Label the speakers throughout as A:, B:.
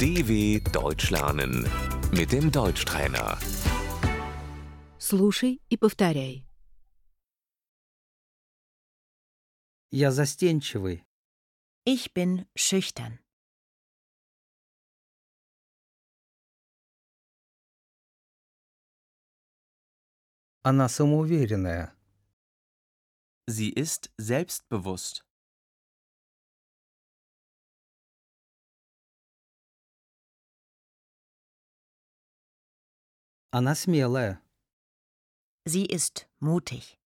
A: DW Deutsch lernen mit dem Deutschtrainer.
B: Слушай и повторяй.
C: Я застенчивый.
D: Ich bin schüchtern.
C: Она самоуверенная.
E: Sie ist selbstbewusst.
C: Она смелая.
D: Sie ist mutig.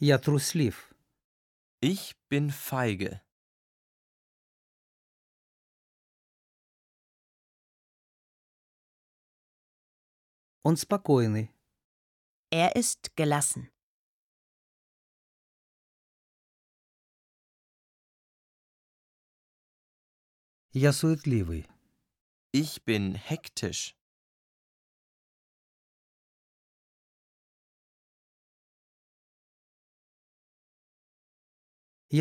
C: Я труслив.
E: Ich bin feige.
C: Он спокойный.
D: Er ist gelassen.
C: Я суетливый.
E: Ich bin hektisch.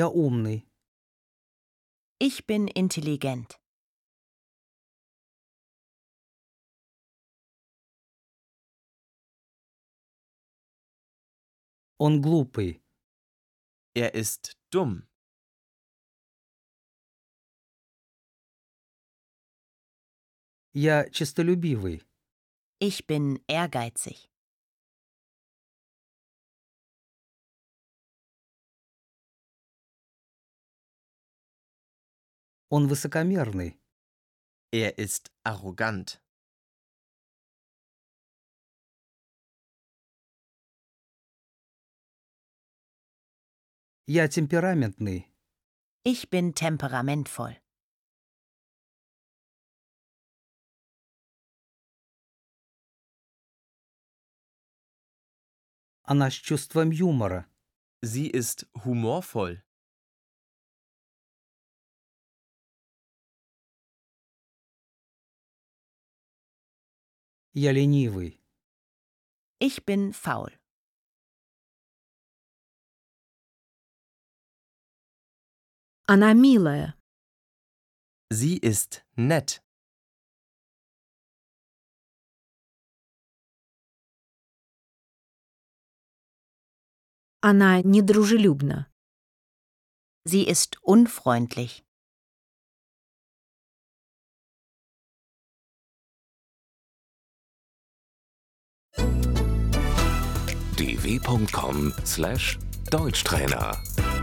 C: Я умный.
D: Ich bin intelligent.
C: Он глупый.
E: Er ist dumm.
C: Я честолюбивый.
D: Ich bin ehrgeizig.
C: Он высокомерный.
E: Er ist arrogant.
C: Я темпераментный.
D: Ich bin temperamentvoll.
C: Она с чувством юмора.
E: Sie ist humorvoll.
C: Я ленивый.
D: Ich bin faul.
B: Она милая.
E: Sie ist nett.
B: Она недружелюбна.
D: Sie ist unfreundlich.
A: dw.com/deutschtrainer